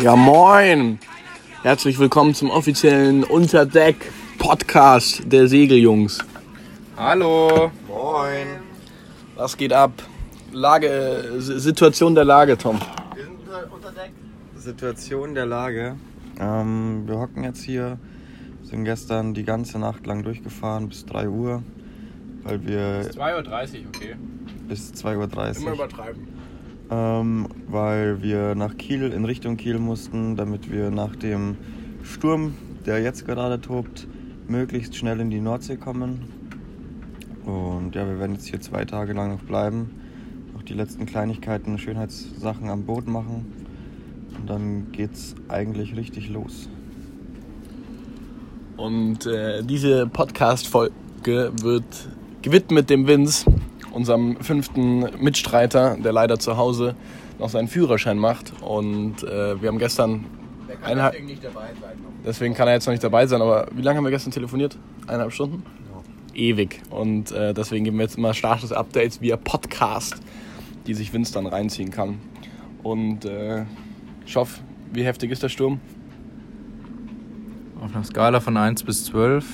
Ja, moin! Herzlich willkommen zum offiziellen Unterdeck-Podcast der Segeljungs. Hallo. Moin. Was geht ab? Lage, äh, S- Situation der Lage, Tom. Wir sind unter, unter Deck. Situation der Lage. Ähm, wir hocken jetzt hier, sind gestern die ganze Nacht lang durchgefahren bis 3 Uhr, weil wir 2.30 Uhr, okay. bis 2.30 Uhr, übertreiben. ähm, weil wir nach Kiel, in Richtung Kiel mussten, damit wir nach dem Sturm, der jetzt gerade tobt, möglichst schnell in die Nordsee kommen. Und ja, wir werden jetzt hier zwei Tage lang noch bleiben, noch die letzten Kleinigkeiten, Schönheitssachen am Boot machen. Und dann geht's eigentlich richtig los. Und äh, diese Podcast-Folge wird gewidmet dem Vince, unserem fünften Mitstreiter, der leider zu Hause noch seinen Führerschein macht. Und äh, wir haben gestern eineinhalb, nicht dabei sein. Deswegen kann er jetzt noch nicht dabei sein, aber wie lange haben wir gestern telefoniert? Eineinhalb Stunden? Ewig. Und äh, deswegen geben wir jetzt immer starkes Updates via Podcast, die sich Vince dann reinziehen kann. Und äh, Schoff, wie heftig ist der Sturm? Auf einer Skala von 1 bis 12.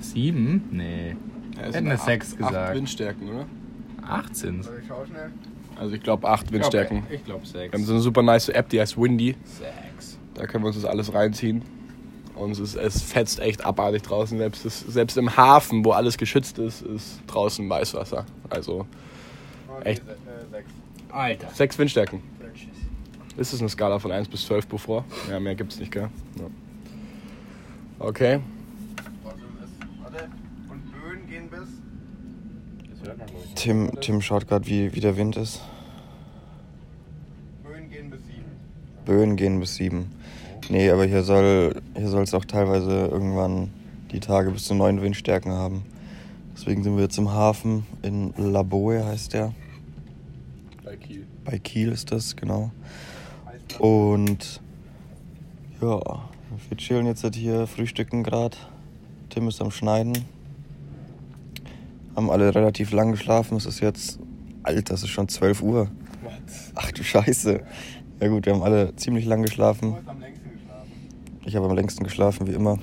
7? Nee. Er Hätten wir sechs Acht gesagt. Windstärken, oder? 18. Ich schau schnell. Also ich glaube acht Windstärken. Ich glaube Wir haben 6. so eine super nice App, die heißt Windy. 6. Da können wir uns das alles reinziehen. Und es, ist, es fetzt echt abartig draußen. Selbst, das, selbst im Hafen, wo alles geschützt ist, ist draußen Weißwasser. Also Echt? Äh, Alter. Sechs Windstärken. Ist es eine Skala von 1 bis 12 bevor? Ja, mehr gibt's nicht, gell? Ja. Okay. Also Warte. Und Böen gehen bis. Tim, Tim schaut gerade, wie, wie der Wind ist. Böen gehen bis 7. Böen gehen bis 7. Nee, aber hier soll hier soll es auch teilweise irgendwann die Tage bis zu 9 Windstärken haben. Deswegen sind wir jetzt im Hafen in Laboe heißt der. Bei Kiel. Bei Kiel ist das, genau. Und ja, wir chillen jetzt halt hier, frühstücken gerade. Tim ist am Schneiden. Haben alle relativ lang geschlafen. Es ist jetzt, Alter, es ist schon 12 Uhr. Ach du Scheiße. Ja gut, wir haben alle ziemlich lang geschlafen. am längsten geschlafen. Ich habe am längsten geschlafen, wie immer.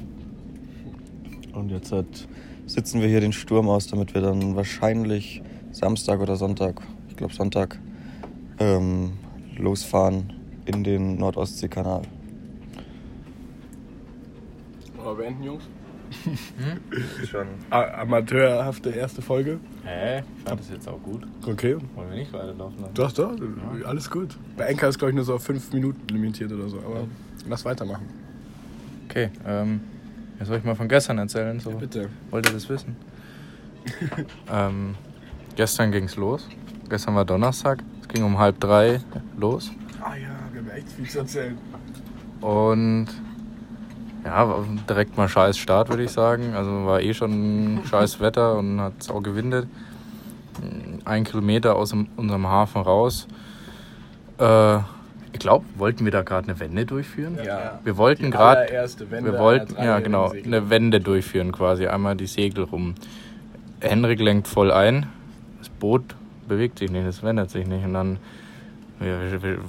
Und jetzt halt sitzen wir hier den Sturm aus, damit wir dann wahrscheinlich Samstag oder Sonntag, ich glaube Sonntag, ähm, losfahren in den Nordostseekanal. Oder beenden, Jungs? Schon. amateurhafte erste Folge. Hä? Ich fand das jetzt auch gut. Okay. Wollen wir nicht weiterlaufen lassen? Doch, doch. Alles gut. Bei Enka ist, glaube ich, nur so auf 5 Minuten limitiert oder so. Aber lass weitermachen. Okay, ähm. Jetzt soll ich mal von gestern erzählen. So. Bitte. Wollt ihr das wissen? ähm, gestern ging's los. Gestern war Donnerstag. Es ging um halb drei los. Ah ja, wir haben echt viel zu erzählen. Und ja, war direkt mal scheiß Start, würde ich sagen. Also war eh schon scheiß Wetter und hat es auch gewindet. Ein Kilometer aus dem, unserem Hafen raus. Äh, ich glaube, wollten wir da gerade eine Wende durchführen? Ja. Wir wollten gerade allererste Wende. wir wollten, als ja genau, Segel. eine Wende durchführen quasi, einmal die Segel rum. Henrik lenkt voll ein, das Boot bewegt sich nicht, es wendet sich nicht und dann wir, wir, wir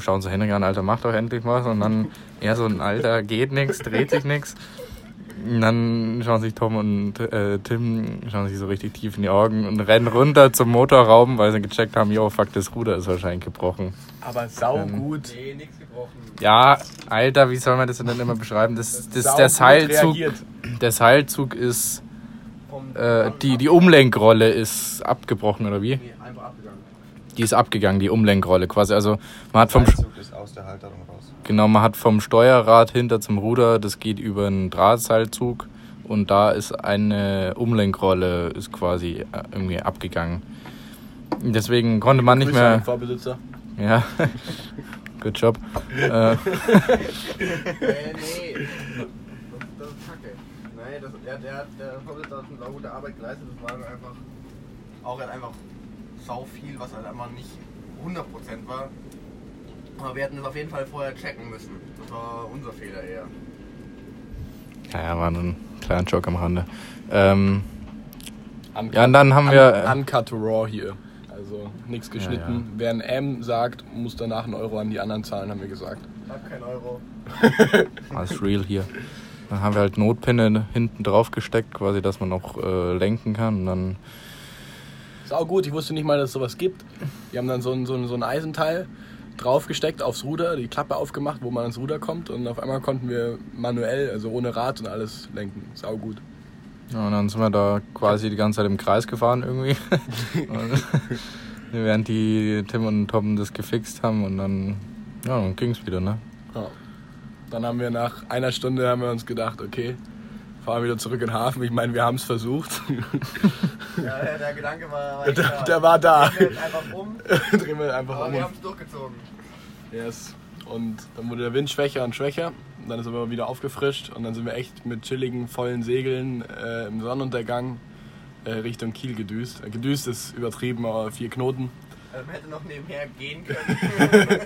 schauen zu Henrik an, Alter, mach doch endlich was und dann er so ein Alter, geht nichts, dreht sich nichts. Und Dann schauen sich Tom und äh, Tim schauen sich so richtig tief in die Augen und rennen runter zum Motorraum, weil sie gecheckt haben, yo, fuck, das Ruder ist wahrscheinlich gebrochen. Aber saugut. ähm, Nee, nichts gebrochen. Ja, Alter, wie soll man das denn immer beschreiben? Das, das, Saugut der Seilzug, reagiert. der Seilzug ist, Vom äh, die, die Umlenkrolle ist abgebrochen oder wie? Nee, einfach abgegangen. Die ist abgegangen, die Umlenkrolle quasi. Also man hat vom, Sch- ist aus der Halterung raus. genau, man hat vom Steuerrad hinter zum Ruder, das geht über einen Drahtseilzug und da ist eine Umlenkrolle ist quasi äh, irgendwie abgegangen. Deswegen konnte man nicht Grüße an den mehr. Vorbesitzer. Ja, good job. Äh, äh, nee. Das, das ist kacke. Nee, das, der, der, der Vorbesitzer hat eine sau gute Arbeit geleistet. Das war halt einfach. Auch halt einfach sau viel, was halt einfach nicht 100% war. Aber wir hätten das auf jeden Fall vorher checken müssen. Das war unser Fehler eher. naja, war nur ein kleiner Joke am Rande. Ähm, Uncut, ja, äh, und dann haben wir. Uncut Raw hier. Also Also nichts geschnitten. Wer ein M sagt, muss danach einen Euro an die anderen zahlen, haben wir gesagt. Ich hab keinen Euro. Alles real hier. Dann haben wir halt Notpinne hinten drauf gesteckt, quasi, dass man auch äh, lenken kann. Und dann Ist auch gut, ich wusste nicht mal, dass es sowas gibt. Wir haben dann so ein, so ein, so ein Eisenteil draufgesteckt aufs Ruder, die Klappe aufgemacht, wo man ans Ruder kommt und auf einmal konnten wir manuell, also ohne Rad und alles lenken. Sau gut. Ja, und dann sind wir da quasi die ganze Zeit im Kreis gefahren irgendwie. Und während die Tim und Tom das gefixt haben und dann, ja, dann ging's wieder, ne? Ja. Dann haben wir nach einer Stunde haben wir uns gedacht, okay, fahren wieder zurück in den Hafen. Ich meine, wir haben es versucht. Ja, der, der Gedanke war. war der, klar. der war da. Wir drehen einfach um, Drehen wir einfach aber um. wir haben es durchgezogen. Yes. Und dann wurde der Wind schwächer und schwächer. Und dann ist er aber wieder aufgefrischt. Und dann sind wir echt mit chilligen, vollen Segeln äh, im Sonnenuntergang äh, Richtung Kiel gedüst. Äh, gedüst ist übertrieben, aber vier Knoten. Also man hätte noch nebenher gehen können.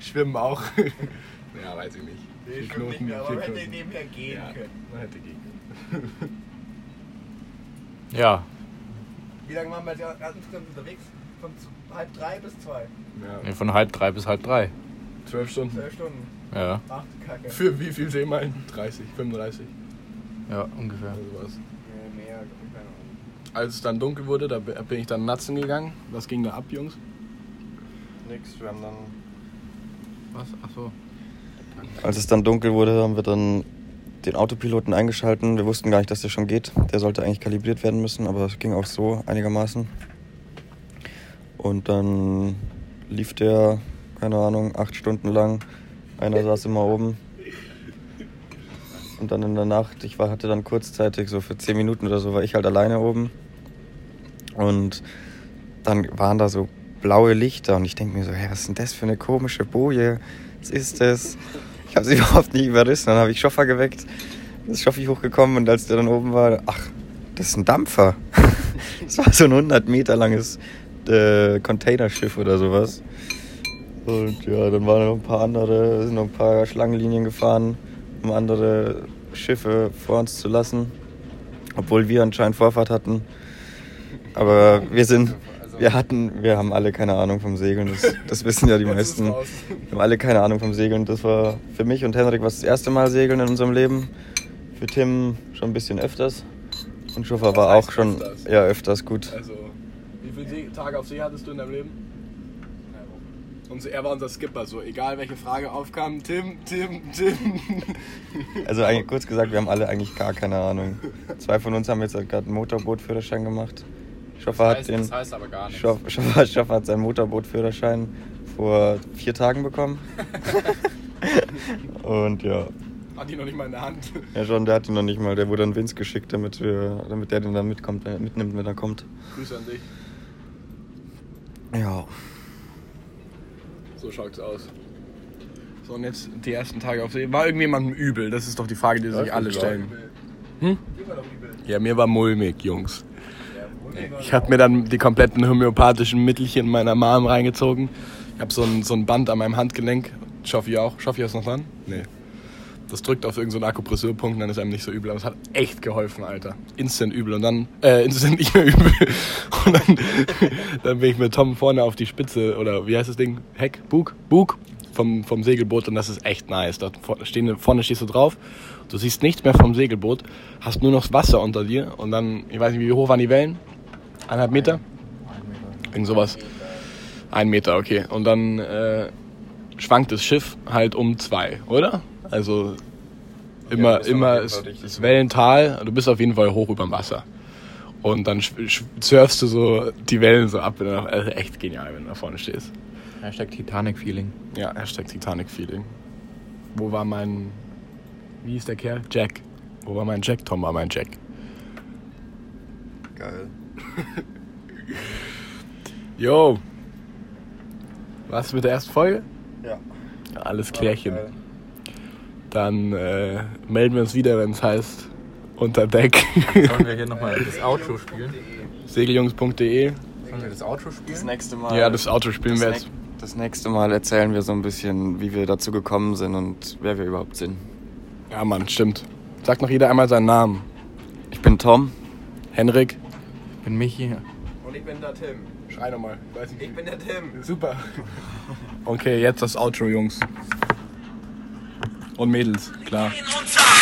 Schwimmen auch. ja, weiß ich nicht. Nee, stimmt nicht mehr, aber man hätte nebenher gehen Ja, können. man hätte gehen. Ja, Wie lange waren wir jetzt gerade insgesamt unterwegs? Von z- halb drei bis zwei. können. Ja. nee, von halb drei bis halb drei. Zwölf Stunden. Zwölf Stunden. Ja, Ach die Kacke. Für wie viel Seemeilen? 30, 35. ja, ungefähr. Also was. Nee, mehr, keine Ahnung. Als es dann dunkel wurde, da b- bin ich dann natzen gegangen. Was ging da ab, Jungs? Nix, wir haben dann Was? Achso. Als es dann dunkel wurde, haben wir dann den Autopiloten eingeschalten. Wir wussten gar nicht, dass der schon geht. Der sollte eigentlich kalibriert werden müssen, aber es ging auch so einigermaßen. Und dann lief der, keine Ahnung, acht Stunden lang. Einer saß immer oben. Und dann in der Nacht, ich war, hatte dann kurzzeitig, so für zehn Minuten oder so, war ich halt alleine oben. Und dann waren da so blaue Lichter und ich denke mir so, hä, was ist denn das für eine komische Boje? Was ist das? Ich habe sie überhaupt nicht überrissen. Dann habe ich Schoffer geweckt, ist Schoffi hochgekommen und als der dann oben war, ach, das ist ein Dampfer. Das war so ein 100 Meter langes äh, Containerschiff oder sowas. Und ja, dann waren noch ein paar andere, sind noch ein paar Schlangenlinien gefahren, um andere Schiffe vor uns zu lassen. Obwohl wir anscheinend Vorfahrt hatten. Aber wir sind, wir hatten, wir haben alle keine Ahnung vom Segeln. Das, das wissen ja die Jetzt ist es meisten. raus. Wir haben alle keine Ahnung vom Segeln. Das war für mich und Henrik was das erste Mal Segeln in unserem Leben. Für Tim schon ein bisschen öfters. Und Schuffer Was war heißt auch schon öfters? ja öfters gut. Also, wie viele See Tage auf See hattest du in deinem Leben? Drei Wochen. Und er war unser Skipper, so egal welche Frage aufkam, Tim, Tim, Tim. Also eigentlich, kurz gesagt, wir haben alle eigentlich gar keine Ahnung. Zwei von uns haben jetzt halt gerade einen Motorbootführerschein gemacht. Schoffer hat den. aber gar Schoff- Schoffer, Schoffer hat seinen Motorbootführerschein vor vier Tagen bekommen. Und ja. Hat die noch nicht mal in der Hand. Ja schon, der hat ihn noch nicht mal, der wurde an Vince geschickt, damit wir, damit der den dann mitkommt, äh, mitnimmt, wenn er kommt. Grüße an dich. Ja. So schaut's aus. So, und jetzt die ersten Tage auf See. War irgendjemandem übel? Das ist doch die Frage, die sich alle stellen. Hm? Die war doch übel. Ja, mir war mulmig, Jungs. Ja, wunderbar. Ich habe mir dann die kompletten homöopathischen Mittelchen meiner Mom reingezogen. Ich habe so ein, so ein Band an meinem Handgelenk. Schaffe ich auch. Schaffe ich das noch dran? Nee. Das drückt auf irgendeinen so einen Akupressurpunkt, dann ist einem nicht so übel. Aber es hat echt geholfen, Alter. Instant übel und dann, äh, instant nicht mehr übel. Und dann, dann bin ich mit Tom vorne auf die Spitze oder wie heißt das Ding? Heck? Bug? Bug? Vom, vom Segelboot und das ist echt nice. Da vor- stehen, vorne stehst du drauf, du siehst nichts mehr vom Segelboot, hast nur noch das Wasser unter dir und dann, ich weiß nicht, wie hoch waren die Wellen? Eineinhalb Meter? Irgend sowas. Ein Meter, okay. Und dann äh, schwankt das Schiff halt um zwei, oder? Also Ja, immer, das ist immer auf jeden ist Fall richtig das hoch. Wellental, du bist auf jeden Fall hoch über dem Wasser. Und dann sch- sch- surfst du so die Wellen so ab. Wenn du nach, also echt genial, wenn du da vorne stehst. Hashtag Titanic-Feeling. Ja, Hashtag Titanic-Feeling. Wo war mein. Wie ist der Kerl? Jack. Wo war mein Jack? Tom war mein Jack. Geil. Yo! Was mit der ersten Folge? Ja. Alles klärchen. Dann äh, melden wir uns wieder, wenn es heißt unter Deck Sollen wir hier nochmal das Outro spielen? segeljungs.de. Sollen wir das Outro Das spielen? nächste Mal. E. Ja, das Outro spielen das wir näch- jetzt. Das nächste Mal erzählen wir so ein bisschen, wie wir dazu gekommen sind und wer wir überhaupt sind. Ja, Mann, stimmt. Sagt noch jeder einmal seinen Namen. Ich bin Tom. Henrik. Ich bin Michi. Und ich bin da Tim. Schrei nochmal. Ich weiß nicht. Ich bin der Tim. Super. Okay, jetzt das Outro, Jungs. Und Mädels, klar. in unser